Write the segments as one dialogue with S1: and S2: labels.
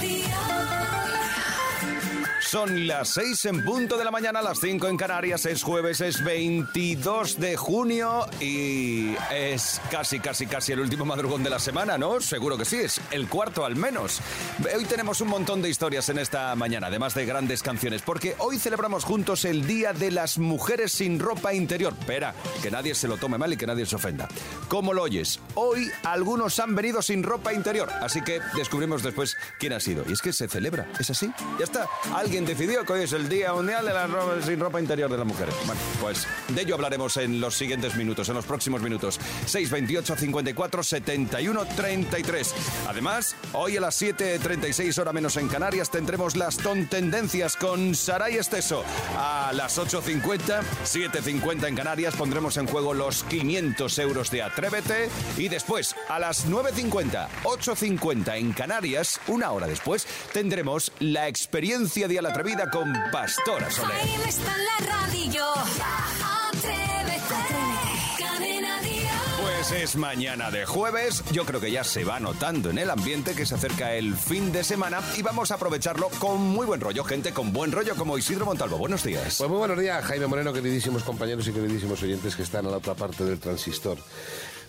S1: Dial. Son las 6 en punto de la mañana, las 5 en Canarias, es jueves, es 22 de junio y es casi, casi, casi el último madrugón de la semana, ¿no? Seguro que sí, es el cuarto al menos. Hoy tenemos un montón de historias en esta mañana, además de grandes canciones, porque hoy celebramos juntos el Día de las Mujeres sin Ropa Interior. Espera, que nadie se lo tome mal y que nadie se ofenda. Como lo oyes, hoy algunos han venido sin ropa interior, así que descubrimos después quién ha sido. Y es que se celebra, ¿es así? Ya está, alguien decidió que hoy es el Día Mundial de la ropa, sin ropa interior de las mujeres. Bueno, pues de ello hablaremos en los siguientes minutos, en los próximos minutos. 628 54 71 33. Además, hoy a las 7.36 hora menos en Canarias tendremos las ton tendencias con Saray Esteso. A las 8.50, 7.50 en Canarias pondremos en juego los 500 euros de Atrévete y después a las 9.50, 8.50 en Canarias, una hora después, tendremos la experiencia de a la atrevida con Pastora Soler.
S2: Jaime está en la radio. Atrévete, cadena
S1: Pues es mañana de jueves. Yo creo que ya se va notando en el ambiente que se acerca el fin de semana y vamos a aprovecharlo con muy buen rollo, gente con buen rollo como Isidro Montalvo. Buenos días.
S3: Pues muy buenos días, Jaime Moreno, queridísimos compañeros y queridísimos oyentes que están a la otra parte del transistor.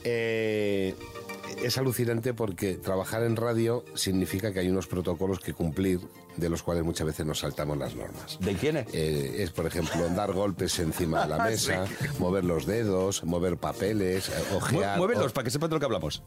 S3: Eh, es alucinante porque trabajar en radio significa que hay unos protocolos que cumplir, de los cuales muchas veces nos saltamos las normas.
S1: ¿De quiénes?
S3: Eh, es, por ejemplo, dar golpes encima de la mesa, sí. mover los dedos, mover papeles, eh, ojear.
S1: Mu muévelos o... para que sepan de lo que hablamos.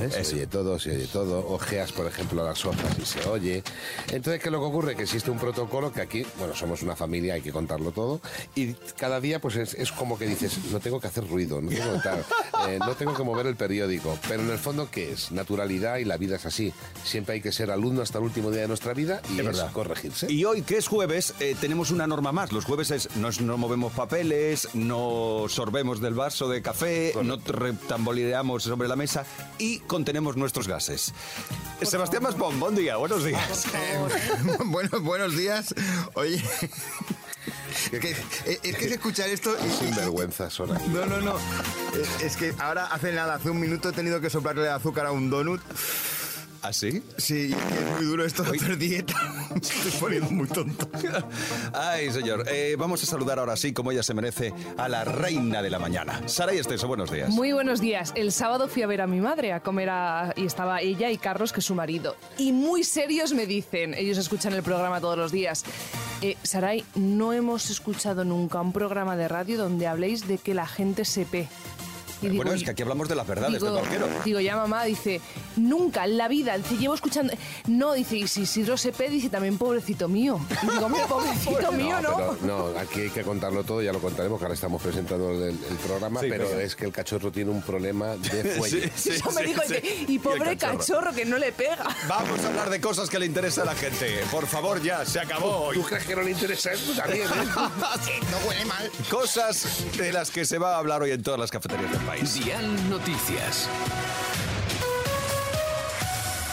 S3: ¿Eh? Se oye todo, se oye todo. Ojeas, por ejemplo, a las hojas y se oye. Entonces, ¿qué es lo que ocurre? Que existe un protocolo que aquí, bueno, somos una familia, hay que contarlo todo. Y cada día, pues es, es como que dices, no tengo que hacer ruido, no tengo que, tal, eh, no tengo que mover el periódico. Pero en el fondo, ¿qué es? Naturalidad y la vida es así. Siempre hay que ser alumno hasta el último día de nuestra vida y es verdad. corregirse.
S1: Y hoy, que es jueves, eh, tenemos una norma más. Los jueves es, no, no movemos papeles, no sorbemos del vaso de café, Correcto. no retamboleamos sobre la mesa y contenemos nuestros gases. Por Sebastián Maspón, buen día, buenos días.
S4: Eh, bueno, buenos días. Oye. Que, es, es que es escuchar esto.
S3: Sin vergüenza, Sora.
S4: No, no, no. Es, es que ahora hace nada, hace un minuto he tenido que soplarle el azúcar a un donut.
S1: ¿Ah, sí?
S4: Sí, es muy duro esto de hacer dieta. Estoy poniendo muy tonto.
S1: Ay, señor. Eh, vamos a saludar ahora sí, como ella se merece, a la reina de la mañana. Sara y Esteso, buenos días.
S5: Muy buenos días. El sábado fui a ver a mi madre a comer a... y estaba ella y Carlos, que es su marido. Y muy serios me dicen, ellos escuchan el programa todos los días. Eh, Saray, no hemos escuchado nunca un programa de radio donde habléis de que la gente se pe.
S1: Y bueno, digo, es que aquí hablamos de las verdades
S5: digo,
S1: del barquero.
S5: Digo, ya mamá dice, nunca en la vida, dice, llevo escuchando. No, dice, y si Isidro Sepe dice también, pobrecito mío. Y digo, hombre, pobrecito mío, ¿no?
S3: ¿no? Pero, no, aquí hay que contarlo todo, ya lo contaremos, que ahora estamos presentando el, el programa, sí, pero, pero es que el cachorro tiene un problema de fuelle. Sí,
S5: sí, Eso me dijo, y pobre y cachorro. cachorro. que no le pega.
S1: Vamos a hablar de cosas que le interesa a la gente. Por favor, ya, se acabó.
S3: ¿Tú, ¿tú crees que no le interesa esto también? ¿eh?
S4: no huele mal.
S1: Cosas de las que se va a hablar hoy en todas las cafeterías del país.
S6: Dial Noticias.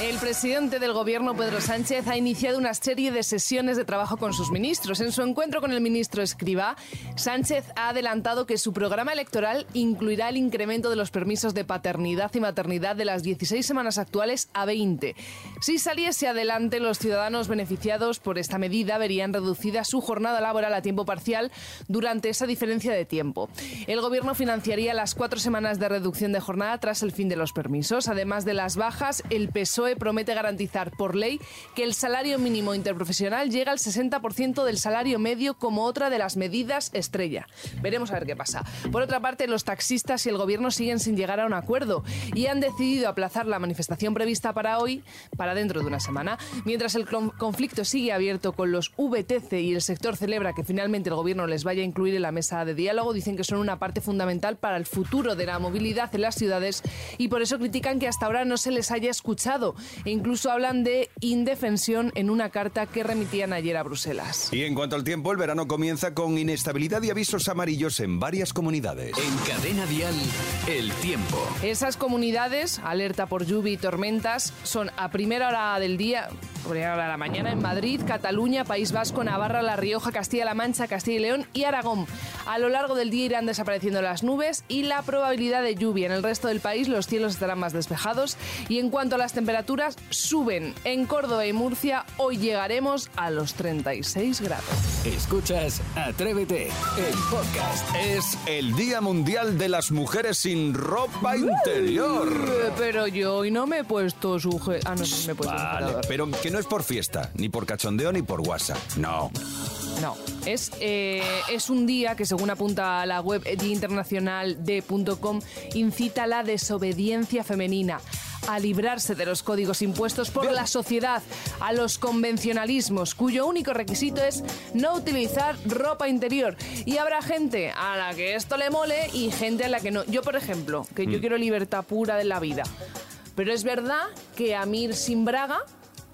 S5: El presidente del gobierno, Pedro Sánchez, ha iniciado una serie de sesiones de trabajo con sus ministros. En su encuentro con el ministro Escriba, Sánchez ha adelantado que su programa electoral incluirá el incremento de los permisos de paternidad y maternidad de las 16 semanas actuales a 20. Si saliese adelante, los ciudadanos beneficiados por esta medida verían reducida su jornada laboral a tiempo parcial durante esa diferencia de tiempo. El gobierno financiaría las cuatro semanas de reducción de jornada tras el fin de los permisos. Además de las bajas, el PSOE E promete garantizar por ley que el salario mínimo interprofesional llega al 60% del salario medio como otra de las medidas estrella. Veremos a ver qué pasa. Por otra parte, los taxistas y el gobierno siguen sin llegar a un acuerdo y han decidido aplazar la manifestación prevista para hoy para dentro de una semana. Mientras el conflicto sigue abierto con los VTC y el sector celebra que finalmente el gobierno les vaya a incluir en la mesa de diálogo, dicen que son una parte fundamental para el futuro de la movilidad en las ciudades y por eso critican que hasta ahora no se les haya escuchado e incluso hablan de indefensión en una carta que remitían ayer a Bruselas.
S1: Y en cuanto al tiempo, el verano comienza con inestabilidad y avisos amarillos en varias comunidades.
S6: En cadena vial, el tiempo.
S5: Esas comunidades, alerta por lluvia y tormentas, son a primera hora del día Podrían hablar a la mañana en Madrid, Cataluña, País Vasco, Navarra, La Rioja, Castilla-La Mancha, Castilla y León y Aragón. A lo largo del día irán desapareciendo las nubes y la probabilidad de lluvia. En el resto del país los cielos estarán más despejados y en cuanto a las temperaturas suben. En Córdoba y Murcia hoy llegaremos a los 36 grados.
S6: Escuchas Atrévete, el podcast.
S1: Es el Día Mundial de las Mujeres sin Ropa Interior.
S5: Pero yo hoy no me he puesto suje... Ah, no, me he puesto
S1: Vale,
S5: sujetador.
S1: pero que no es por fiesta, ni por cachondeo, ni por WhatsApp. No.
S5: No, es, eh, es un día que según apunta la web diainternacionalde.com incita a la desobediencia femenina a librarse de los códigos impuestos por la sociedad, a los convencionalismos, cuyo único requisito es no utilizar ropa interior. Y habrá gente a la que esto le mole y gente a la que no. Yo, por ejemplo, que yo quiero libertad pura de la vida. Pero es verdad que a mí ir sin braga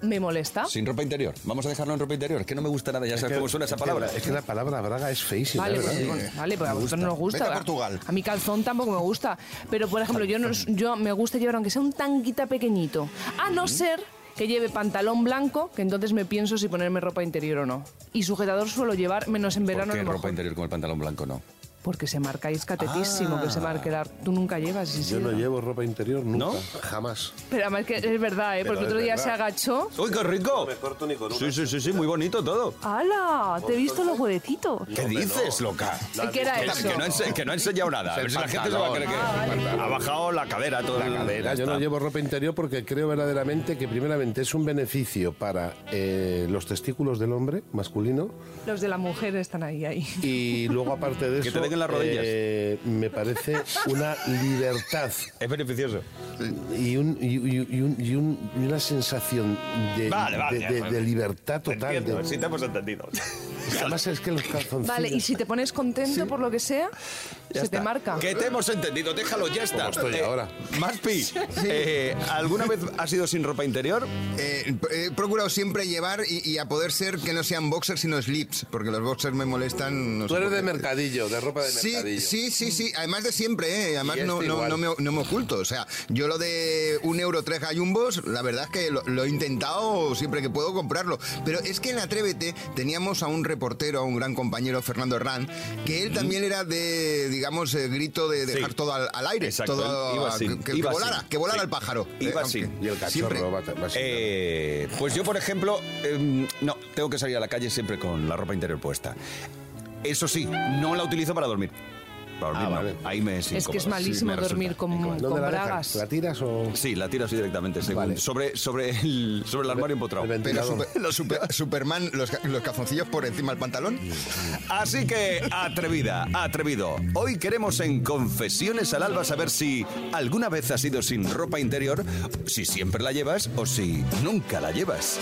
S5: me molesta.
S1: Sin ropa interior. Vamos a dejarlo en ropa interior. Que no me gusta nada. Ya sabes cómo suena esa
S3: es que
S1: palabra.
S3: la- es que la palabra braga es feísima,
S5: Vale,
S3: ¿verdad?
S5: pues, bueno, vale, pues a vosotros no os gusta.
S4: Vete a
S5: ¿verdad?
S4: Portugal.
S5: A mi calzón tampoco me gusta. Pero, por ejemplo, yo, no, yo me gusta llevar, aunque sea un tanguita pequeñito, a no ser que lleve pantalón blanco, que entonces me pienso si ponerme ropa interior o no. Y sujetador suelo llevar, menos en verano
S1: ¿Por
S5: a
S1: qué
S5: lo
S1: ropa
S5: mejor.
S1: interior con el pantalón blanco no?
S5: Porque se marca y es catetísimo que se marque. la- Tú nunca llevas. sí, sí,
S3: Yo no
S5: ¿no?
S3: llevo ropa interior nunca,
S1: ¿No?
S3: jamás.
S5: Pero además que es verdad, ¿eh? porque
S3: Pero
S5: otro
S3: es
S5: día
S3: verdad.
S5: se agachó.
S1: ¡Uy, qué rico!
S3: corto ni con
S1: Sí, sí, sí, sí, muy bonito todo.
S5: ¡Hala! Te he visto los huevecitos.
S1: ¿Qué dices, loca?
S5: ¿Y qué era
S1: Que,
S5: eso?
S1: que no, he ense- que no he enseñado nada. A ver si la gente se va a creer que.
S5: Ah,
S1: Ha bajado la cadera toda la cadera.
S3: yo no llevo ropa interior porque creo verdaderamente que primeramente es un beneficio para eh, los testículos del hombre masculino
S5: Los de la mujer están ahí, ahí.
S3: y luego aparte de
S1: Que te
S3: eso
S1: den en las rodillas.
S3: eh, me parece una libertad
S1: Es beneficioso.
S3: y, un- y- y- y un- y un- y una sensación de,
S1: Vale, vale,
S3: de- de-
S1: vale.
S3: de libertad total.
S1: Entiendo,
S3: de-
S1: sí te hemos entendido.
S3: Además es que los calzoncillos...
S5: Vale, y si te pones contento por lo que sea, se te marca.
S1: Que te hemos entendido, déjalo, ya está. Eh,
S3: Como estoy ahora.
S1: Maspi, eh, ¿alguna vez has ido sin ropa interior?
S4: Eh, he procurado siempre llevar y, y a poder ser que no sean boxers sino slips, porque los boxers me molestan. no
S3: Tú
S4: sé
S3: eres
S4: por
S3: de
S4: qué.
S3: mercadillo, de ropa de
S4: Sí,
S3: mercadillo.
S4: sí, sí, sí, además de siempre, ¿eh? además
S3: Y
S4: no,
S3: este
S4: no,
S3: igual.
S4: no me, no me oculto. O sea, yo lo de un euro tres gallumbos, la verdad es que lo, lo he intentado siempre que puedo comprarlo. Pero es que en Atrévete teníamos a un reportero, a un gran compañero, Fernando Herrán, que él también era de, digamos, el grito de dejar
S1: Sí.
S4: todo al, al aire,
S1: Exacto,
S4: todo
S1: él iba
S4: a-
S1: sin,
S4: que, que
S1: iba
S4: volara,
S1: sin.
S4: que volara
S1: Sí.
S4: el pájaro. Eh,
S1: Iba
S4: aunque
S1: sin.
S3: Y el cachorro
S4: siempre-
S3: va, va sin-
S1: Eh, pues yo, por ejemplo, em, no, tengo que salir a la calle siempre con la ropa interior puesta. Eso sí, no la utilizo para dormir. Para dormir,
S3: Ah,
S1: no.
S3: vale.
S1: Ahí me
S5: Es que es malísimo dormir
S1: con...
S5: con,
S3: ¿Dónde
S5: con
S3: la dejas?
S5: bragas.
S3: ¿La tiras o...?
S1: Sí, la tiro así directamente, según-
S3: Vale.
S1: sobre, sobre, el, sobre el armario empotrado.
S3: El
S4: Pero
S3: ventilador.
S4: super- los super- Superman, los, ca- los calzoncillos por encima del pantalón.
S1: Así que, atrevida, atrevido. Hoy queremos en Confesiones al Alba saber si alguna vez has ido sin ropa interior, si siempre la llevas o si nunca la llevas.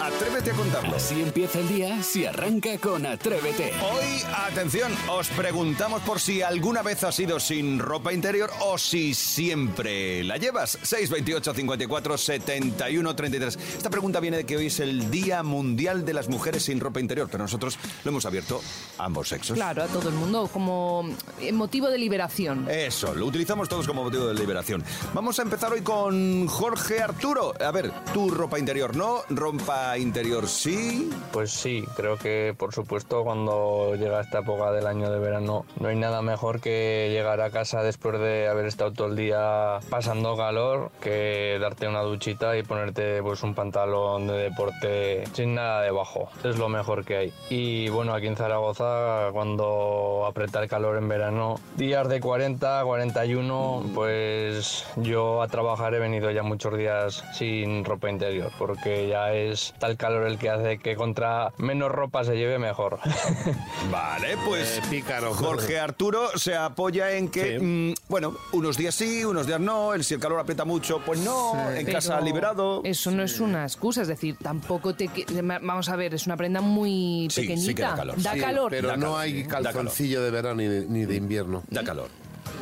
S1: Atrévete a contarlo.
S6: Así empieza el día si arranca con Atrévete.
S1: Hoy, atención, os preguntamos por si alguna vez has ido sin ropa interior o si siempre la llevas. 628 54 71 33. Esta pregunta viene de que hoy es el Día Mundial de las Mujeres sin Ropa Interior, pero nosotros lo hemos abierto a ambos sexos.
S5: Claro, a todo el mundo, como eh, motivo de liberación.
S3: Eh,
S1: Eso, lo utilizamos todos como motivo de liberación. Vamos a empezar hoy con Jorge Arturo. A ver, tu ropa interior no, ropa interior sí.
S7: Pues sí, creo que por supuesto cuando llega esta época del año de verano no hay nada mejor que llegar a casa después de haber estado todo el día pasando calor que darte una duchita y ponerte pues un pantalón de deporte sin nada debajo. Es lo mejor que hay. Y bueno, aquí en Zaragoza cuando apretar calor en verano, días de 40, 41, pues yo a trabajar he venido ya muchos días sin ropa interior porque ya es tal calor el que hace que contra menos ropa se lleve mejor.
S1: Vale, pues
S3: Eh, pícaro.
S1: Jorge Arturo se apoya en que,
S3: Sí.
S1: mm, bueno, unos días sí, unos días no, el, si el calor aprieta mucho, pues no, en
S5: Pero
S1: casa liberado.
S5: Eso no es una excusa, es decir, tampoco te. que- ma- Vamos a ver, es una prenda muy
S1: Sí, sí que
S5: pequeñita.
S1: da calor.
S5: Da
S1: Sí,
S5: calor.
S3: Pero
S1: Da
S3: no
S1: calor.
S3: hay
S1: Da calor.
S3: calzoncillo de verano ni de, ni de invierno.
S1: Da calor.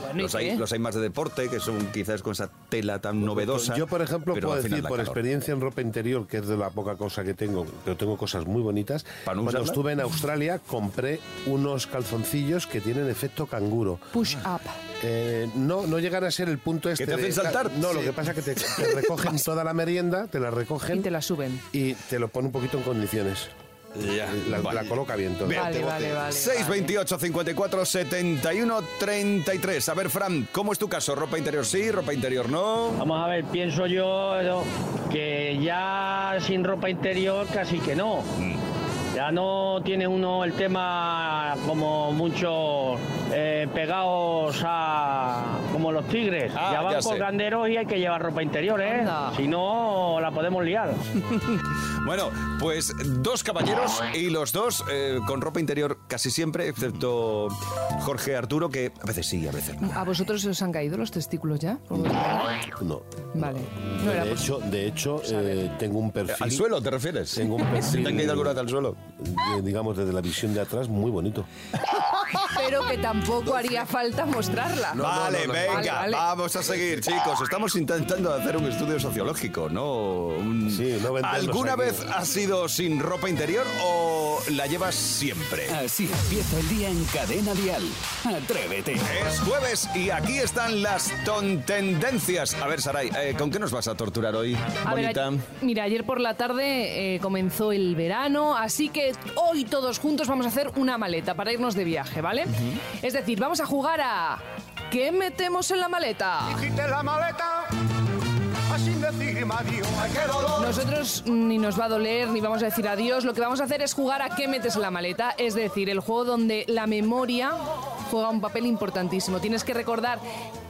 S5: Bueno, ¿y
S1: los, hay,
S5: qué?
S1: los hay más de deporte, que son quizás con esa tela tan novedosa.
S3: Yo, por ejemplo,
S1: pero
S3: puedo
S1: al final
S3: decir
S1: da
S3: por
S1: calor.
S3: experiencia en ropa interior, que es de la poca cosa que tengo, pero tengo cosas muy bonitas.
S1: ¿Para
S3: Cuando
S1: no usarla?
S3: estuve en Australia, compré unos calzoncillos que tienen efecto canguro.
S5: Push up.
S3: Eh, no, no llegan a ser el punto este.
S1: te hacen
S3: de-
S1: saltar?
S3: No, lo
S1: Sí.
S3: que pasa es que te, te recogen toda la merienda, te la recogen
S5: Y te la suben.
S3: y te lo pone un poquito en condiciones.
S1: Ya,
S3: La,
S1: vale.
S3: la coloca bien todo.
S1: Vea,
S5: Vale,
S1: te
S5: vale,
S1: bote.
S5: vale,
S1: 628 54 71 33. A ver, Fran, ¿cómo es tu caso? ¿Ropa interior sí, ropa interior no?
S8: Vamos a ver, pienso yo no, que ya sin ropa interior casi que no.
S1: Mm.
S8: Ya no tiene uno el tema como muchos eh, pegados a como los tigres.
S1: Ah,
S8: ya van
S1: ya sé.
S8: por ganderos y hay que llevar ropa interior, ¿eh?
S5: Anda.
S8: Si no, la podemos liar.
S1: Bueno, pues dos caballeros y los dos eh, con ropa interior casi siempre, excepto Jorge Arturo, que a veces sí, a veces no.
S5: ¿A vosotros os han caído los testículos ya?
S3: No.
S5: Vale. No era
S3: De
S5: por-
S3: hecho, de hecho eh, tengo un perfil.
S1: ¿Al suelo te refieres?
S3: Tengo un
S1: ¿Te
S3: perfil.
S1: han caído alguna al suelo?
S3: de- digamos, desde la visión de atrás, muy bonito.
S5: Pero que tampoco haría falta mostrarla.
S1: vale, venga,
S5: Vale, vale.
S1: vamos a seguir, chicos. Estamos intentando hacer un estudio sociológico, ¿no? Un-
S3: Sí, no vendernos
S1: ¿Alguna
S3: aquí.
S1: vez has sido sin ropa interior o la llevas siempre?
S6: Así empieza el día en cadena dial. Atrévete.
S1: Es jueves y aquí están las tontendencias. A ver, Saray, eh, ¿con qué nos vas a torturar hoy,
S5: A ver,
S1: bonita?
S5: ayer- mira, ayer por la tarde eh, comenzó el verano, así que hoy todos juntos vamos a hacer una maleta para irnos de viaje, ¿vale? Es decir, vamos a jugar a... ¿Qué metemos en la maleta?
S9: la maleta, así decirme adiós.
S5: Nosotros ni nos va a doler, ni vamos a decir adiós. Lo que vamos a hacer es jugar a qué metes en la maleta. Es decir, el juego donde la memoria juega un papel importantísimo. Tienes que recordar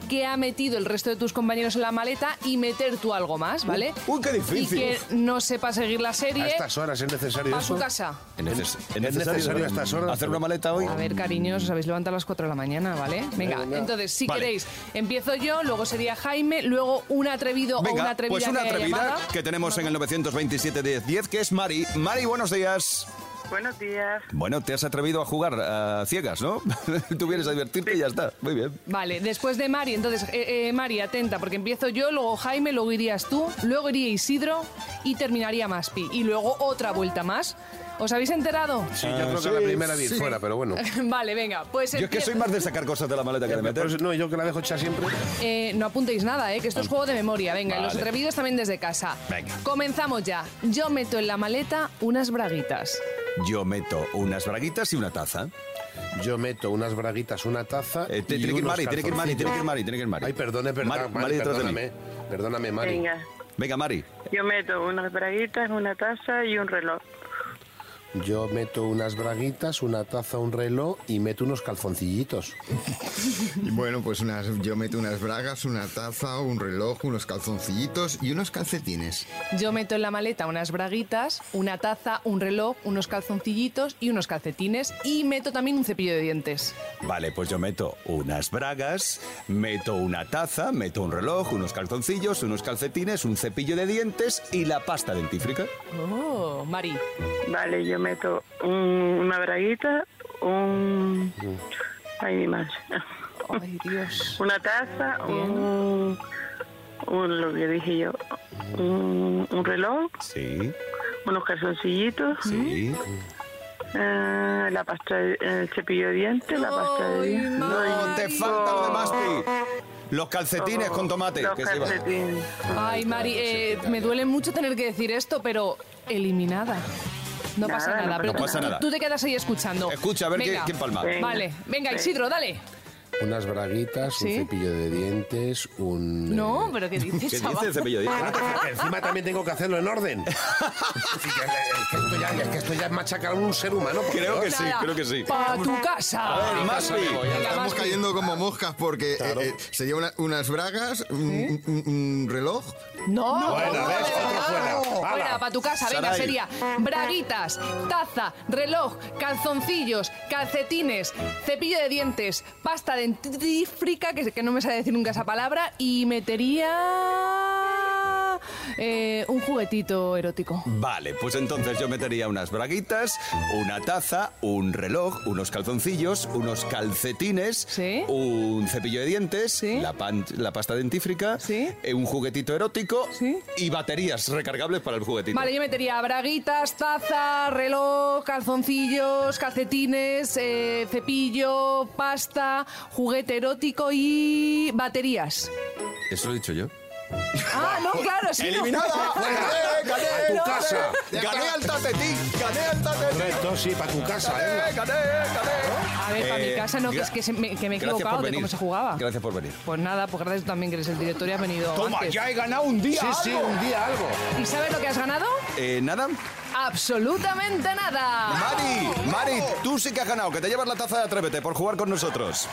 S5: qué ha metido el resto de tus compañeros en la maleta y meter tú algo más, ¿vale?
S1: Uy, qué difícil.
S5: Y que no sepa seguir la serie
S3: A estas horas es necesario.
S5: a su
S3: eso?
S5: casa.
S1: ¿Es neces- es
S3: ¿Es necesario a estas horas?
S1: hacer una maleta hoy?
S5: A ver, cariños, os habéis levantado a las 4 de la mañana, ¿vale? Venga, entonces, si
S1: Vale.
S5: queréis, empiezo yo, luego sería Jaime, luego un atrevido o una
S1: Venga,
S5: atrevida
S1: pues una
S5: que haya
S1: atrevida
S5: llamado.
S1: que tenemos en el 927-1010, que es Mari. Mari, buenos días.
S10: Buenos días.
S1: Bueno, te has atrevido a jugar a ciegas, ¿no? Tú vienes a divertirte y ya está. Muy bien.
S5: Vale, después de Mari, entonces, eh, eh, Mari, atenta, porque empiezo yo, luego Jaime, luego irías tú, luego iría Isidro y terminaría Maspi. Y luego otra vuelta más. ¿Os habéis enterado?
S3: Ah, Sí, yo creo que a la primera bien fuera, pero bueno.
S5: vale, venga, pues
S1: Yo es que
S5: empiezo.
S1: soy más de sacar cosas de la maleta que de
S3: Por eso-
S1: meter.
S3: no, yo que la dejo hecha siempre.
S5: Eh, no apuntéis nada, eh, que esto es juego de memoria. Venga, y los
S1: Vale.
S5: atrevidos también desde casa.
S1: Venga.
S5: Comenzamos ya. Yo meto en la maleta unas braguitas.
S3: pues-
S1: Yo meto unas braguitas y una taza.
S3: Yo meto unas braguitas, una taza.
S1: Eh, te-
S3: y
S1: tiene que ir
S3: unos
S1: Mari, tiene que ir Mari, tiene que ir Mari, tiene que ir Mari.
S3: Ay, perdón, es verdad.
S1: Mari,
S3: Mari,
S1: Mari detrás de mí.
S3: perdóname. Perdóname, Mari.
S10: Venga,
S1: Venga, Mari.
S10: yo meto unas braguitas, una taza y un reloj.
S3: Yo meto unas braguitas, una taza, un reloj y meto unos calzoncillitos.
S4: Y Bueno, pues unas, yo meto unas bragas, una taza, un reloj, unos calzoncillitos y unos calcetines.
S5: Yo meto en la maleta unas braguitas, una taza, un reloj, unos calzoncillitos y unos calcetines. Y meto también un cepillo de dientes.
S1: Vale, pues yo meto unas bragas, meto una taza, meto un reloj, unos calzoncillos, unos calcetines, un cepillo de dientes y la pasta dentífrica.
S5: Oh, Mari.
S10: Vale, yo meto un- una braguita, un...
S1: Mm.
S10: Ay, mi madre.
S5: Ay, Dios.
S10: Una taza, un... un- lo que dije yo, un, un reloj,
S1: Sí,
S10: unos calzoncillitos,
S1: sí.
S10: eh, la pasta, de- el cepillo de dientes, la pasta de
S5: Ay,
S10: dientes.
S1: No, te falta lo de Masti. Los calcetines con tomate.
S10: Los
S1: que se iba.
S10: calcetines.
S5: Ay, Mari, eh, me duele mucho tener que decir esto, pero eliminada. No
S10: Nada,
S5: pasa
S10: no
S5: nada,
S10: pasa
S5: pero
S1: nada. No pasa
S5: tú-
S1: nada.
S5: Tú, te quedas ahí escuchando.
S1: Escucha, a ver
S5: Venga.
S1: quién, quién palma.
S10: Venga.
S5: Vale, venga, Isidro, dale.
S3: Unas braguitas,
S5: ¿Sí?
S3: un cepillo de dientes, un.
S5: No, pero ¿qué dices,
S1: ¿Qué
S5: chaval?
S1: dice el cepillo de dientes?
S3: Que Encima también tengo que hacerlo en orden. Sí, que- que esto ya- Es que esto ya es machacar a un ser humano. por
S1: Creo
S3: Dios.
S1: que sí,
S5: Nada.
S1: creo que sí.
S5: Pa' tu casa.
S1: A ver, Masti.
S5: Venga,
S4: Estamos
S5: Maspi.
S4: cayendo como moscas porque eh, eh, se lleva una- unas bragas, un, un- un- un reloj.
S5: No, no,
S3: Bueno,
S5: no,
S3: ves,
S5: no,
S3: otro
S5: no.
S3: fuera. Hala.
S5: Fuera, para tu casa, venga,
S1: Sarai.
S5: sería braguitas, taza, reloj, calzoncillos, calcetines, cepillo de dientes, pasta dentífrica, que, que no me sabe decir nunca esa palabra, y metería... eh, un juguetito erótico.
S1: Vale, pues entonces yo metería unas braguitas, una taza, un reloj, unos calzoncillos, unos calcetines, un cepillo de dientes, la, pan- la pasta dentífrica, eh, un juguetito erótico y baterías recargables para el juguetito.
S5: Vale, yo metería braguitas, taza, reloj, calzoncillos, calcetines, eh, cepillo, pasta, juguete erótico y baterías.
S1: Eso lo he dicho yo.
S5: Ah, no, claro, sí. no.
S4: ¡Eliminada! ¡Eh, gané!
S3: A tu
S4: ¡No,
S3: casa.
S4: gané! ¡Gané al tatetí! ¡Gané al tatetí!
S3: Correcto, sí, para tu casa, venga.
S4: ¡Gané, gané, gané!
S5: A ver, para
S1: Eh,
S5: mi casa no, que
S1: gra-
S5: es que, se me, que me he
S1: Gracias por
S5: equivocado de
S1: venir.
S5: cómo se jugaba.
S1: Gracias por venir.
S5: Pues nada, pues gracias tú también que eres el director y has venido antes.
S3: he ganado un día. Sí, sí, un día algo.
S5: ¿Y sabes lo que has ganado?
S1: Eh, ¿Nada?
S5: ¡Absolutamente nada!
S1: Mari, Mari, tú sí que has ganado, que te llevas la taza de Atrévete por jugar con nosotros.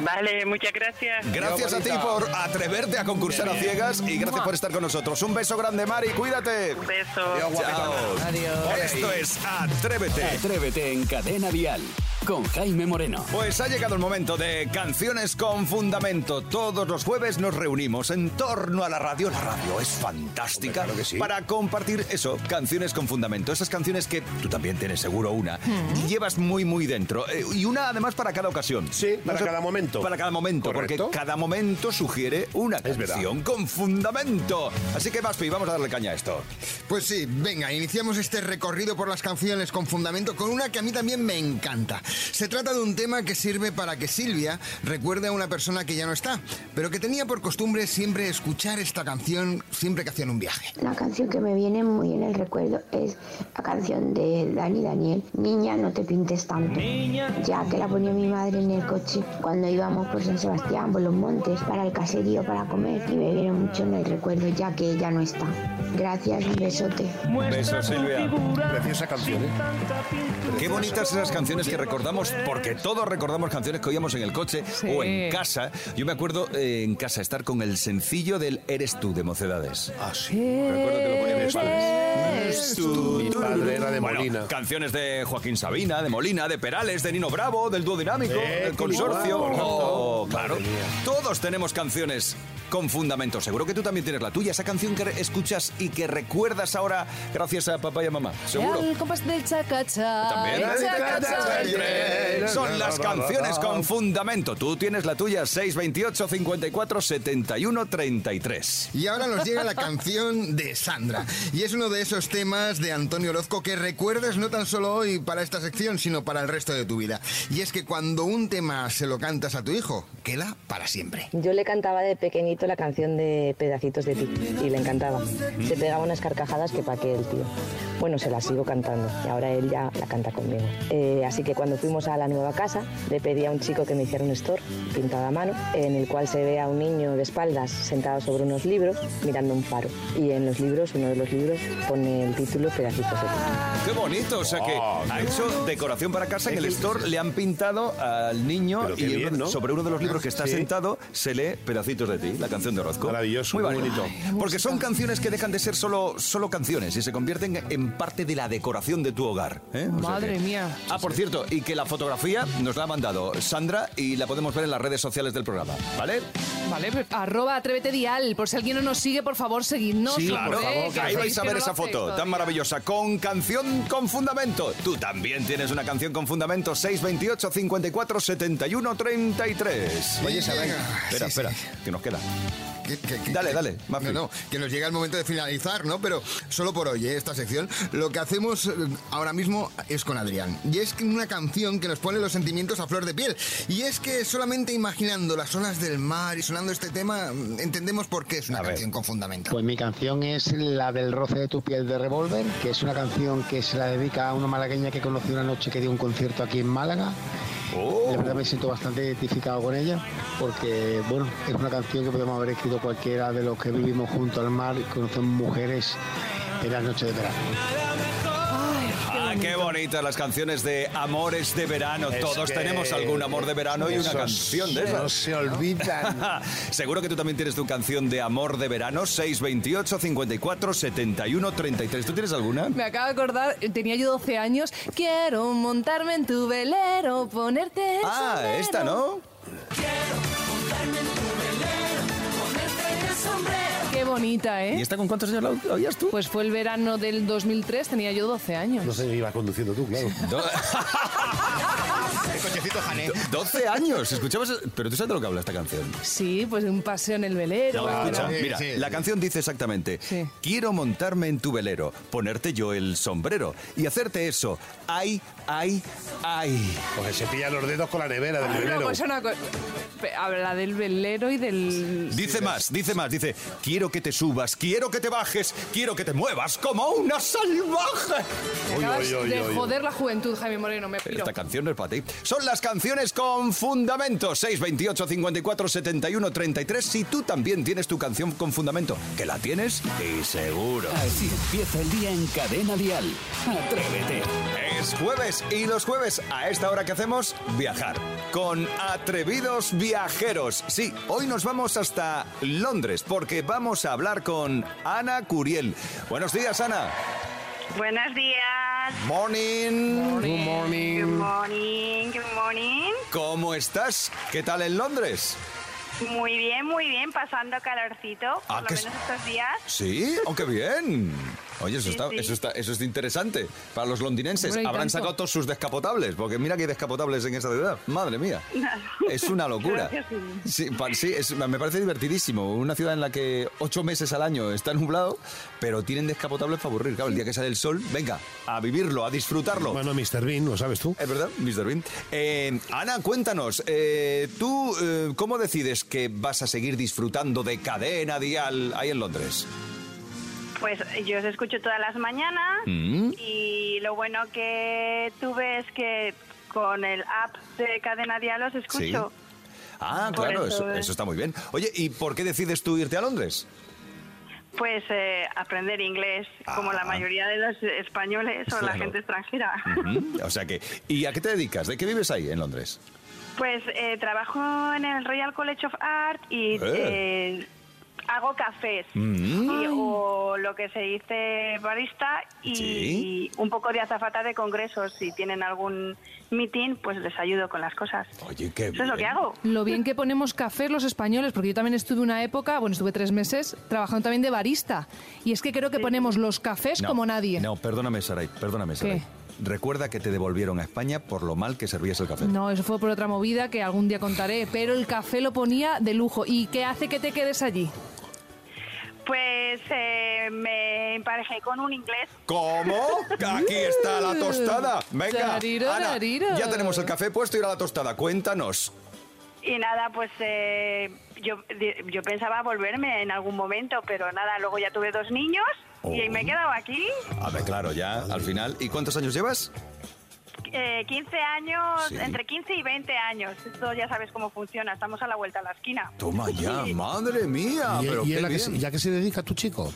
S10: Vale, muchas gracias.
S1: Gracias a ti por atreverte a concursar a ciegas y gracias por estar con nosotros. Un beso grande, Mari, cuídate.
S10: Un beso.
S1: Chao.
S5: Adiós.
S1: Esto es Atrévete.
S6: Atrévete en Cadena Dial con Jaime Moreno.
S1: Pues ha llegado el momento de Canciones con Fundamento. Todos los jueves nos reunimos en torno a la radio. La radio es fantástica
S3: Hombre, claro que sí.
S1: para compartir eso, canciones con fundamento. Esas canciones que tú también tienes seguro una
S3: Hmm.
S1: y llevas muy, muy dentro. Eh, Y una además para cada ocasión.
S3: Sí, para
S1: sé-
S3: cada momento.
S1: Para cada momento,
S3: Correcto.
S1: porque cada momento sugiere una
S3: verdad.
S1: canción con fundamento. Así que, Maspi, vamos a darle caña a esto.
S4: Pues sí, venga, iniciamos este recorrido por las canciones con fundamento con una que a mí también me encanta. Se trata de un tema que sirve para que Silvia recuerde a una persona que ya no está, pero que tenía por costumbre siempre escuchar esta canción siempre que hacían un viaje.
S11: La canción que me viene muy en el recuerdo es la canción de Dani Daniel, Niña, no te pintes tanto. Ya que la ponía mi madre en el coche cuando íbamos por San Sebastián, por los montes, para el caserío, para comer. Y me viene mucho en el recuerdo, ya que ella no está. Gracias, un besote.
S1: Beso, Silvia.
S3: Preciosa canción, ¿eh?
S1: Qué bonitas esas canciones que recordamos, porque todos recordamos canciones que oíamos en el coche
S5: Sí.
S1: o en casa. Yo me acuerdo eh, en casa estar con el sencillo del Eres tú de Mocedades.
S3: Ah, sí.
S1: Recuerdo que lo ponía mis
S3: Pues, eh.
S1: padres.
S5: Eres
S3: Mi padre era de
S1: Bueno,
S3: Molina.
S1: canciones de Joaquín Sabina, de Molina, de Perales, de Nino Bravo, del Dúo Dinámico,
S3: Eh,
S1: del Consorcio.
S3: Nino Bravo,
S1: Oh, claro.
S3: Madre mía.
S1: Todos tenemos canciones con fundamento. Seguro que tú también tienes la tuya, esa canción que re- escuchas y que recuerdas ahora gracias a papá y a mamá. Seguro.
S5: El compás del chacacha.
S1: También.
S5: el chacacha, el tren.
S1: Eh, Son las canciones con fundamento. Tú tienes la tuya, 628 54 71 33.
S4: Y ahora nos llega la canción de Sandra. Y es uno de esos temas de Antonio Orozco que recuerdas no tan solo hoy para esta sección, sino para el resto de tu vida. Y es que cuando un tema se lo cantas a tu hijo, queda para siempre.
S12: Yo le cantaba de pequeñito la canción de Pedacitos de ti y le encantaba. Se pegaba unas carcajadas que pa' qué el tío. Bueno, se la sigo cantando y ahora él ya la canta conmigo. Eh, así que cuando fuimos a la nueva casa, le pedí a un chico que me hiciera un store pintado a mano, en el cual se ve a un niño de espaldas sentado sobre unos libros mirando un faro. Y en los libros, uno de los libros, pone el título Pedacitos de ti.
S1: Qué bonito, o sea que
S3: Ah,
S1: ha hecho decoración para casa. En el store le han pintado al niño
S3: Pero qué
S1: y uno-
S3: bien, ¿no?
S1: sobre uno de los libros que está
S3: Sí.
S1: sentado se lee Pedacitos de ti, la canción de Orozco.
S3: Maravilloso,
S1: Muy
S3: muy
S1: bonito.
S3: bonito.
S1: Porque son canciones que dejan de ser solo, solo canciones y se convierten en parte de la decoración de tu hogar. ¿eh? O sea
S5: Madre
S1: que-
S5: mía.
S1: Ah, por cierto, y que la fotografía nos la ha mandado Sandra y la podemos ver en las redes sociales del programa, ¿vale?
S5: Vale, pues, arroba atrévete dial. Por si alguien no nos sigue, por favor, seguidnos.
S1: Sí,
S5: hombre,
S1: claro.
S5: que
S1: Ahí
S5: sabéis
S1: vais a
S5: que
S1: ver
S5: no lo
S1: esa
S5: hacéis
S1: foto tan
S5: todavía.
S1: maravillosa con canción con fundamento. Tú también tienes una canción con fundamento. 628 54 71 33.
S4: Oye, Isabel,
S1: Espera,
S4: sí,
S1: espera,
S4: sí.
S1: que nos queda.
S4: Que- que- que-
S1: Dale,
S4: que-
S1: dale, Mafi.
S4: No, no, que nos llega el momento de finalizar, ¿no? Pero solo por hoy, ¿eh? esta sección. Lo que hacemos eh, ahora mismo es con Adrián. Y es que una canción que nos pone los sentimientos a flor de piel. Y es que solamente imaginando las olas del mar y sonando este tema, mm, entendemos por qué es una
S1: A ver.
S4: canción con fundamento.
S13: Pues mi canción es la del roce de tu piel de Revolver, que es una canción que se la dedica a una malagueña que conocí una noche que dio un concierto aquí en Málaga.
S7: Oh.
S13: La verdad me siento bastante identificado con ella, porque bueno, es una canción que podemos haber escrito cualquiera de los que vivimos junto al mar y conocemos mujeres en las noches de verano.
S1: Ah, qué bonitas las canciones de Amores de Verano. Todos
S3: que-
S1: tenemos algún amor de verano y una
S3: Esos
S1: canción de
S3: No
S1: esas.
S3: se olvidan.
S1: Seguro que tú también tienes tu canción de amor de verano, 628 54 71 33. ¿Tú tienes alguna?
S5: Me acabo de acordar, eh, tenía yo 12 años. Quiero montarme en tu velero, ponerte. el
S1: Ah,
S5: sombrero.
S1: esta, ¿no?
S5: Qué bonita, ¿eh?
S1: ¿Y esta con cuántos años la oías tú?
S5: Pues fue el verano del 2003, tenía yo 12 años.
S3: No sé, iba conduciendo tú, claro.
S4: El cochecito Jané.
S1: 12 años, escuchamos. Pero tú sabes de lo que habla esta canción.
S5: Sí, pues de un paseo en el velero.
S1: No, escucha,
S5: ¿no?
S1: mira, la canción dice exactamente: Quiero montarme en tu velero, ponerte yo el sombrero y hacerte eso. Ay, ay, ay.
S3: Porque se pillan los dedos con la nevera del
S5: No,
S3: velero.
S5: pues una cosa. Habla del velero y del.
S1: Dice más, dice más, dice, quiero que te subas, quiero que te bajes, quiero que te muevas como una salvaje.
S5: Me acabas de joder la juventud, Jaime Moreno, me piro.
S1: Esta canción no es para ti. Son las canciones con fundamento. 628 54 71 33. Si tú también tienes tu canción con fundamento, que la tienes y seguro.
S6: Así empieza el día en Cadena Dial. Atrévete.
S1: Es jueves y los jueves a esta hora que hacemos viajar con atrevidos viajeros. Sí, hoy nos vamos hasta Londres porque vamos a hablar con Ana Curiel. Buenos días, Ana.
S10: Buenos días.
S1: Morning. Good
S10: Good morning, good morning.
S1: ¿Cómo estás? ¿Qué tal en Londres?
S10: Muy bien, muy bien, pasando calorcito, por
S1: Ah,
S10: lo
S1: que
S10: menos
S1: es-
S10: estos días.
S1: Sí, oh, qué bien. Oye, eso,
S10: Sí,
S1: está,
S10: sí.
S1: Eso, está, eso es interesante. Para los londinenses,
S10: Hombre, y
S1: habrán
S10: tanto.
S1: sacado todos sus descapotables, porque mira que hay descapotables en esa ciudad. Madre mía. Es una locura.
S10: Creo que sí.
S1: Sí, pa- sí, es- me parece divertidísimo. Una ciudad en la que ocho meses al año está nublado, pero tienen descapotables para aburrir. Claro, el día que sale el sol, venga, a vivirlo, a disfrutarlo.
S3: Bueno, Mr. Bean, lo sabes tú.
S1: Es verdad, Mr. Bean. Eh, Ana, cuéntanos, eh, ¿tú eh, cómo decides que vas a seguir disfrutando de cadena dial ahí en Londres?
S10: Pues yo os escucho todas las mañanas
S1: Mm.
S10: y lo bueno que tuve es que con el app de Cadena Dial os escucho.
S1: Ah,
S10: Por
S1: claro,
S10: eso,
S1: eso,
S10: eh.
S1: eso está muy bien. Oye, ¿y por qué decides tú irte a Londres?
S10: Pues eh, aprender inglés, como la mayoría de los españoles o la
S1: Ah. Claro.
S10: gente extranjera.
S1: Ujú, O sea que, ¿y a qué te dedicas? ¿De qué vives ahí en Londres?
S10: Pues eh, trabajo en el Royal College of Art y
S1: Eh.
S10: eh, hago cafés
S1: Mm.
S10: y- o lo que se dice barista y,
S1: Sí.
S10: un poco de azafata de congresos. Si tienen algún meeting, pues les ayudo con las cosas.
S1: Oye, qué
S10: Eso es lo que hago.
S5: Lo bien que ponemos café los españoles, porque yo también estuve una época, bueno, estuve tres meses trabajando también de barista. Y es que creo que ponemos los cafés
S1: No,
S5: como nadie.
S1: No, perdóname, Saray, perdóname, Saray. Recuerda que te devolvieron a España por lo mal que servías el café.
S5: No, eso fue por otra movida que algún día contaré, pero el café lo ponía de lujo. ¿Y qué hace que te quedes allí?
S10: Pues eh, me emparejé con un inglés.
S1: ¿Cómo? Aquí está la tostada. Venga,
S10: Tariro,
S1: Ana,
S10: tariro.
S1: ya tenemos el café puesto y ahora la tostada. Cuéntanos.
S10: Y nada, pues eh, yo, di- yo pensaba volverme en algún momento, pero nada, luego ya tuve dos niños y
S1: Oh.
S10: me he quedado aquí.
S1: A ver, claro, ya, al final. ¿Y cuántos años llevas?
S10: Eh, 15 años,
S1: Sí.
S10: entre 15 y 20 años. Esto ya sabes cómo funciona, estamos a la vuelta a la esquina.
S1: Toma ya, madre mía.
S3: ¿Y,
S1: Ah, pero
S3: y
S1: qué
S3: a la que
S1: bien.
S3: se- y a qué se dedica tu chico?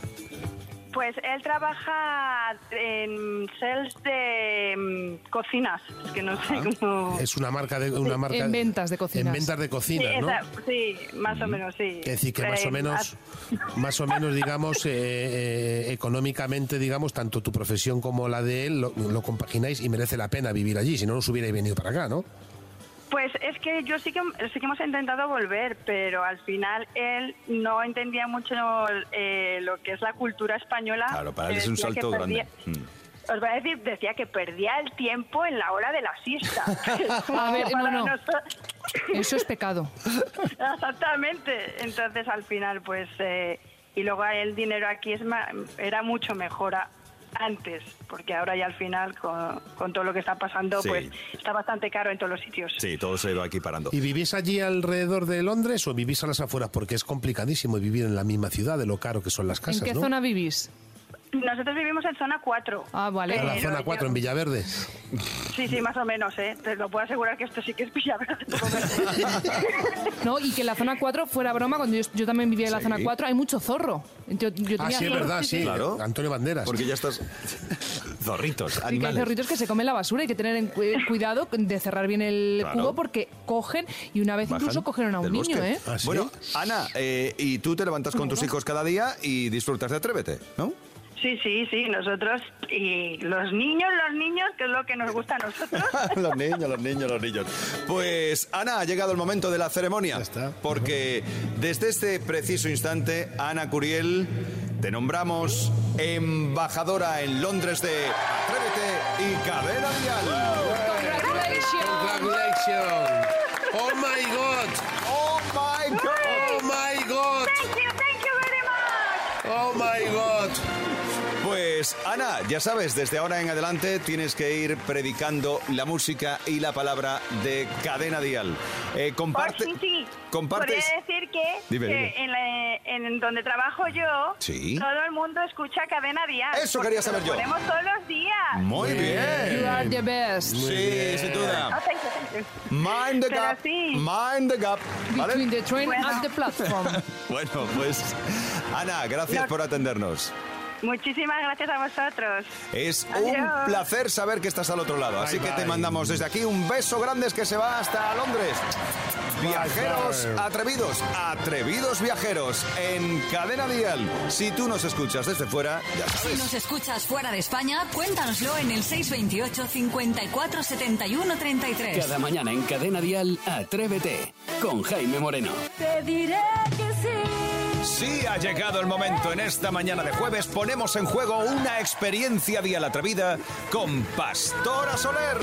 S10: Pues él trabaja en sales de mm, cocinas, es que no sé cómo...
S3: Es una marca de una marca
S5: Oh. ventas de
S3: cocinas. En ventas de cocinas,
S10: sí,
S3: ¿no?
S10: esa- sí, más o menos, sí.
S3: Es decir, que más
S10: Eh,
S3: o menos, más o menos, digamos, eh, eh, económicamente, digamos, tanto tu profesión como la de él lo, lo compagináis y merece la pena vivir allí, si no, no os hubierais venido para acá, ¿no?
S10: Pues es que yo sí que, sí que hemos intentado volver, pero al final él no entendía mucho eh, lo que es la cultura española.
S1: Claro, para él es un
S10: Decía que
S1: salto grande. Mm.
S10: perdía- Os voy a decir, decía que perdía el tiempo en la hora de la siesta.
S5: A ver, no,
S10: Para
S5: no.
S10: nosotros-
S5: Eso es pecado.
S10: Exactamente. Entonces al final, pues, eh, y luego el dinero aquí es ma- era mucho mejor a- antes, porque ahora ya al final con, con todo lo que está pasando,
S1: Sí.
S10: pues está bastante caro en todos los sitios.
S1: Sí, todo se va aquí parando.
S3: ¿Y vivís allí alrededor de Londres o vivís a las afueras? Porque es complicadísimo vivir en la misma ciudad de lo caro que son las casas,
S5: ¿En qué
S3: ¿no?
S5: zona vivís?
S10: Nosotros vivimos en zona 4.
S5: Ah, vale.
S3: En la zona 4, en Villaverde.
S10: Sí, sí, más o menos, ¿eh? Te lo puedo asegurar que esto sí que es Villaverde.
S5: No, y que la zona 4, fuera broma, cuando yo, yo también vivía en la
S3: Sí.
S5: zona 4, hay mucho zorro. Yo, yo
S3: Ah,
S5: tenía
S3: sí, es
S5: zorros,
S3: verdad, sí.
S1: Claro.
S3: Antonio Banderas.
S1: Porque ya estás. Zorritos,
S5: Y que hay
S1: animales.
S5: zorritos que se comen la basura, hay que tener en cu- eh, cuidado de cerrar bien el
S1: Claro.
S5: cubo porque cogen, y una vez
S1: Bajan
S5: incluso cogieron a un
S1: del
S5: niño,
S1: bosque.
S5: ¿eh?
S1: Bueno, Ana, eh, y tú te levantas con tus hijos cada día y disfrutas de Atrévete, ¿no?
S10: Sí, sí, sí, nosotros y los niños, los niños, que es lo que nos gusta a nosotros.
S1: los niños, los niños, los niños. Pues Ana, ha llegado el momento de la ceremonia. Porque desde este preciso instante, Ana Curiel, te nombramos embajadora en Londres de Atrévete y Cadena
S3: Ah.
S1: Vial.
S3: Congratulations. Oh my God.
S1: Oh my God.
S3: Oh my God.
S2: Thank you, thank you very much.
S3: Oh my God.
S1: Pues Ana, ya sabes, desde ahora en adelante tienes que ir predicando la música y la palabra de Cadena Dial. Eh, comparte,
S10: Por- sí, sí.
S1: compartes.
S10: Podría decir que,
S1: Dime,
S10: que
S1: dime.
S10: En, la- en donde trabajo yo,
S1: Sí.
S10: todo el mundo escucha Cadena Dial.
S1: Eso
S10: porque
S1: quería saber
S10: lo
S1: yo.
S10: ponemos todos los días.
S1: Muy bien.
S5: You are the best.
S1: Sí, sin
S10: Ah,
S1: duda.
S10: thank you, thank you.
S1: Mind the
S10: Pero
S1: gap.
S10: sí.
S1: Mind the gap. ¿vale?
S5: Between the train and the platform.
S1: Bueno, pues Ana, gracias
S10: No.
S1: por atendernos.
S10: Muchísimas gracias a vosotros.
S1: Es un
S10: Adiós.
S1: placer saber que estás al otro lado. Así que te mandamos desde aquí un beso grande que se va hasta Londres. Viajeros
S3: bye.
S1: atrevidos, atrevidos viajeros en Cadena Dial. Si tú nos escuchas desde fuera, ya
S2: Si
S1: sabes.
S2: nos escuchas fuera de España, cuéntanoslo en el 628 54 71 33.
S6: Cada mañana en Cadena Dial, Atrévete con Jaime Moreno.
S2: Te diré que sí.
S1: Sí, ha llegado el momento. En esta mañana de jueves ponemos en juego una experiencia Dial atrevida con Pastora Soler.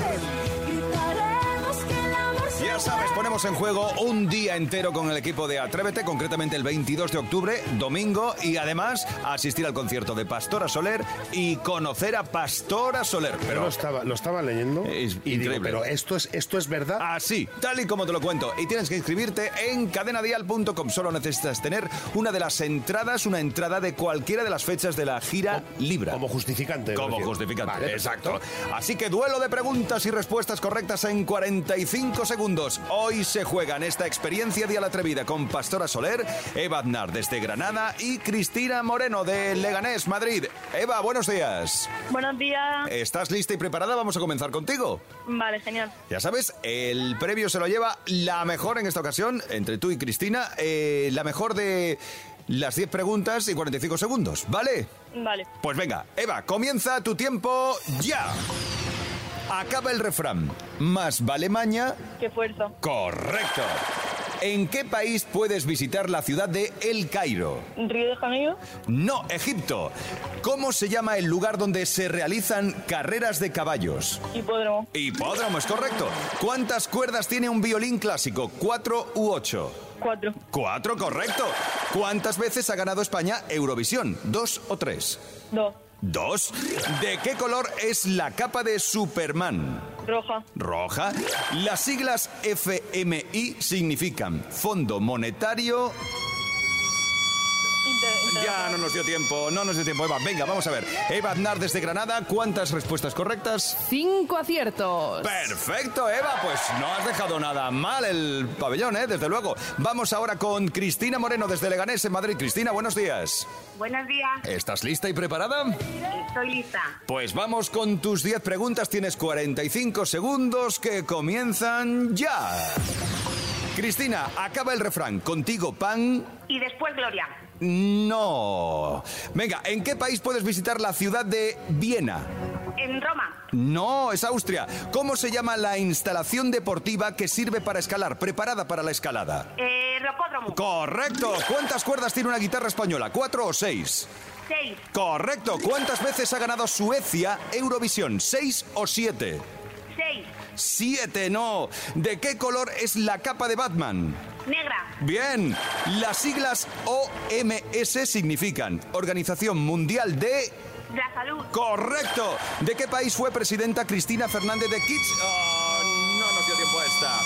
S2: Gritaremos que el amor se
S1: Ya sabes, ponemos en juego un día entero con el equipo de Atrévete, concretamente el 22 de octubre, domingo, y además asistir al concierto de Pastora Soler y conocer a Pastora Soler.
S3: Yo
S1: Pero
S3: lo estaba, lo estaba leyendo
S1: Es
S3: y digo,
S1: increíble. Ah,
S3: pero esto es, esto es verdad.
S1: así, tal y como te lo cuento. Y tienes que inscribirte en cadenadial.com. Solo necesitas tener una de las entradas, una entrada de cualquiera de las fechas de la gira Libra.
S3: Como justificante. me
S1: Como
S3: refiero.
S1: justificante,
S3: Vale,
S1: exacto. Así que duelo de preguntas y respuestas correctas en 45 segundos. Hoy se juegan esta experiencia Dial Atrevida con Pastora Soler, Eva Aznar desde Granada y Cristina Moreno de Leganés, Madrid. Eva, buenos días.
S14: Buenos
S10: Ah.
S14: días.
S1: ¿Estás lista y preparada? Vamos a comenzar contigo.
S14: Vale, genial.
S1: Ya sabes, el previo se lo lleva la mejor en esta ocasión, entre tú y Cristina, eh, la mejor de las 10 preguntas y 45 segundos, ¿vale?
S14: Vale.
S1: Pues venga, Eva, comienza tu tiempo ya. Acaba el refrán. Más vale maña.
S14: Qué fuerza.
S1: Correcto. ¿En qué país puedes visitar la ciudad de El Cairo?
S14: Río de Janeiro,
S1: No, Egipto. ¿Cómo se llama el lugar donde se realizan carreras de caballos?
S14: hipódromo,
S1: Hipódromo, es correcto. ¿Cuántas cuerdas tiene un violín clásico? ¿Cuatro u ocho?
S14: cuatro,
S1: Cuatro, correcto. ¿Cuántas veces ha ganado España Eurovisión? ¿Dos o tres?
S14: dos,
S1: Dos. ¿De qué color es la capa de Superman?
S14: roja,
S1: Roja. Las siglas FMI significan Fondo Monetario. Ya no nos dio tiempo, no nos dio tiempo, Eva. Venga, vamos a ver. Eva Aznar desde Granada, ¿cuántas respuestas correctas?
S5: Cinco aciertos.
S1: Perfecto, Eva. Pues no has dejado nada mal el pabellón, ¿eh? Desde luego. Vamos ahora con Cristina Moreno desde Leganés, en Madrid. Cristina, buenos días.
S10: Buenos días,
S1: ¿Estás lista y preparada?
S10: estoy lista.
S1: Pues vamos con tus 10 preguntas. Tienes 45 segundos que comienzan ya. Cristina, acaba el refrán. Contigo pan.
S10: Y después Gloria,
S1: No. Venga, ¿en qué país puedes visitar la ciudad de Viena?
S10: en Roma,
S1: No, es Austria. ¿Cómo se llama la instalación deportiva que sirve para escalar, preparada para la escalada?
S10: eh, Rocódromo,
S1: Correcto. ¿Cuántas cuerdas tiene una guitarra española? ¿Cuatro o seis?
S10: 6,
S1: Correcto. ¿Cuántas veces ha ganado Suecia Eurovisión? ¿Seis o siete?
S10: 6,
S1: Siete, no. ¿De qué color es la capa de Batman?
S10: negra,
S1: Bien. Las siglas OMS significan Organización Mundial de...
S10: la salud,
S1: Correcto. ¿De qué país fue presidenta Cristina Fernández de Kitsch? Oh, no nos dio tiempo a esta.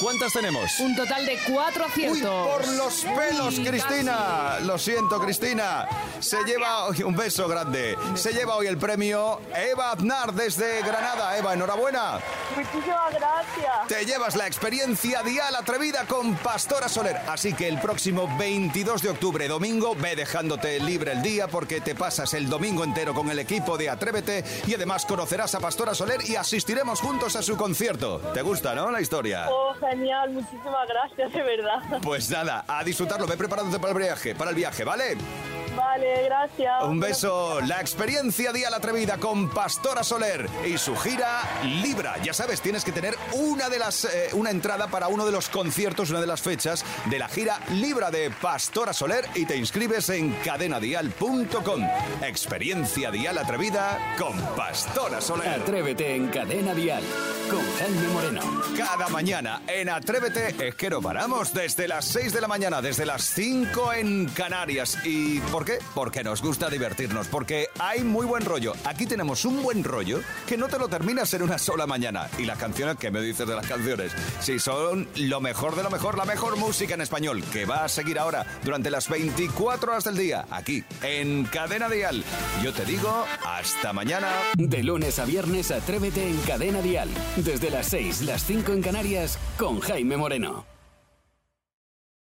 S1: ¿Cuántas tenemos?
S5: Un total de cuatro
S1: Uy,
S5: aciertos.
S1: por los pelos, Cristina. Lo siento, Cristina. Se lleva hoy un beso grande. Se lleva hoy el premio Eva Aznar desde Granada. Eva, enhorabuena.
S14: Muchísimas gracias.
S1: Te llevas la experiencia dial atrevida con Pastora Soler. Así que el próximo 22 de octubre, domingo, ve dejándote libre el día porque te pasas el domingo entero con el equipo de Atrévete y además conocerás a Pastora Soler y asistiremos juntos a su concierto. ¿Te gusta, no? La historia.
S14: Oh, genial. Muchísimas gracias, de verdad.
S1: Pues nada, a disfrutarlo. Ve preparándote para el viaje, para el viaje, ¿vale?
S14: Vale. Vale, gracias.
S1: Un beso. La experiencia Día la Atrevida con Pastora Soler y su gira Libra. Ya sabes, tienes que tener una de las eh, una entrada para uno de los conciertos, una de las fechas de la gira Libra de Pastora Soler y te inscribes en cadenadial.com. Experiencia Dial Atrevida con Pastora Soler.
S6: Atrévete en Cadena Dial con Jaime Moreno.
S1: Cada mañana en Atrévete es que no paramos desde las 6 de la mañana, desde las 5 en Canarias. ¿Y por qué? Porque nos gusta divertirnos, porque hay muy buen rollo. Aquí tenemos un buen rollo que no te lo terminas en una sola mañana. Y las canciones que me dices de las canciones, si son lo mejor de lo mejor, la mejor música en español, que va a seguir ahora durante las 24 horas del día, aquí en Cadena Dial. Yo te digo, hasta mañana.
S6: De lunes a viernes, atrévete en Cadena Dial. Desde las 6, las 5 en Canarias, con Jaime Moreno.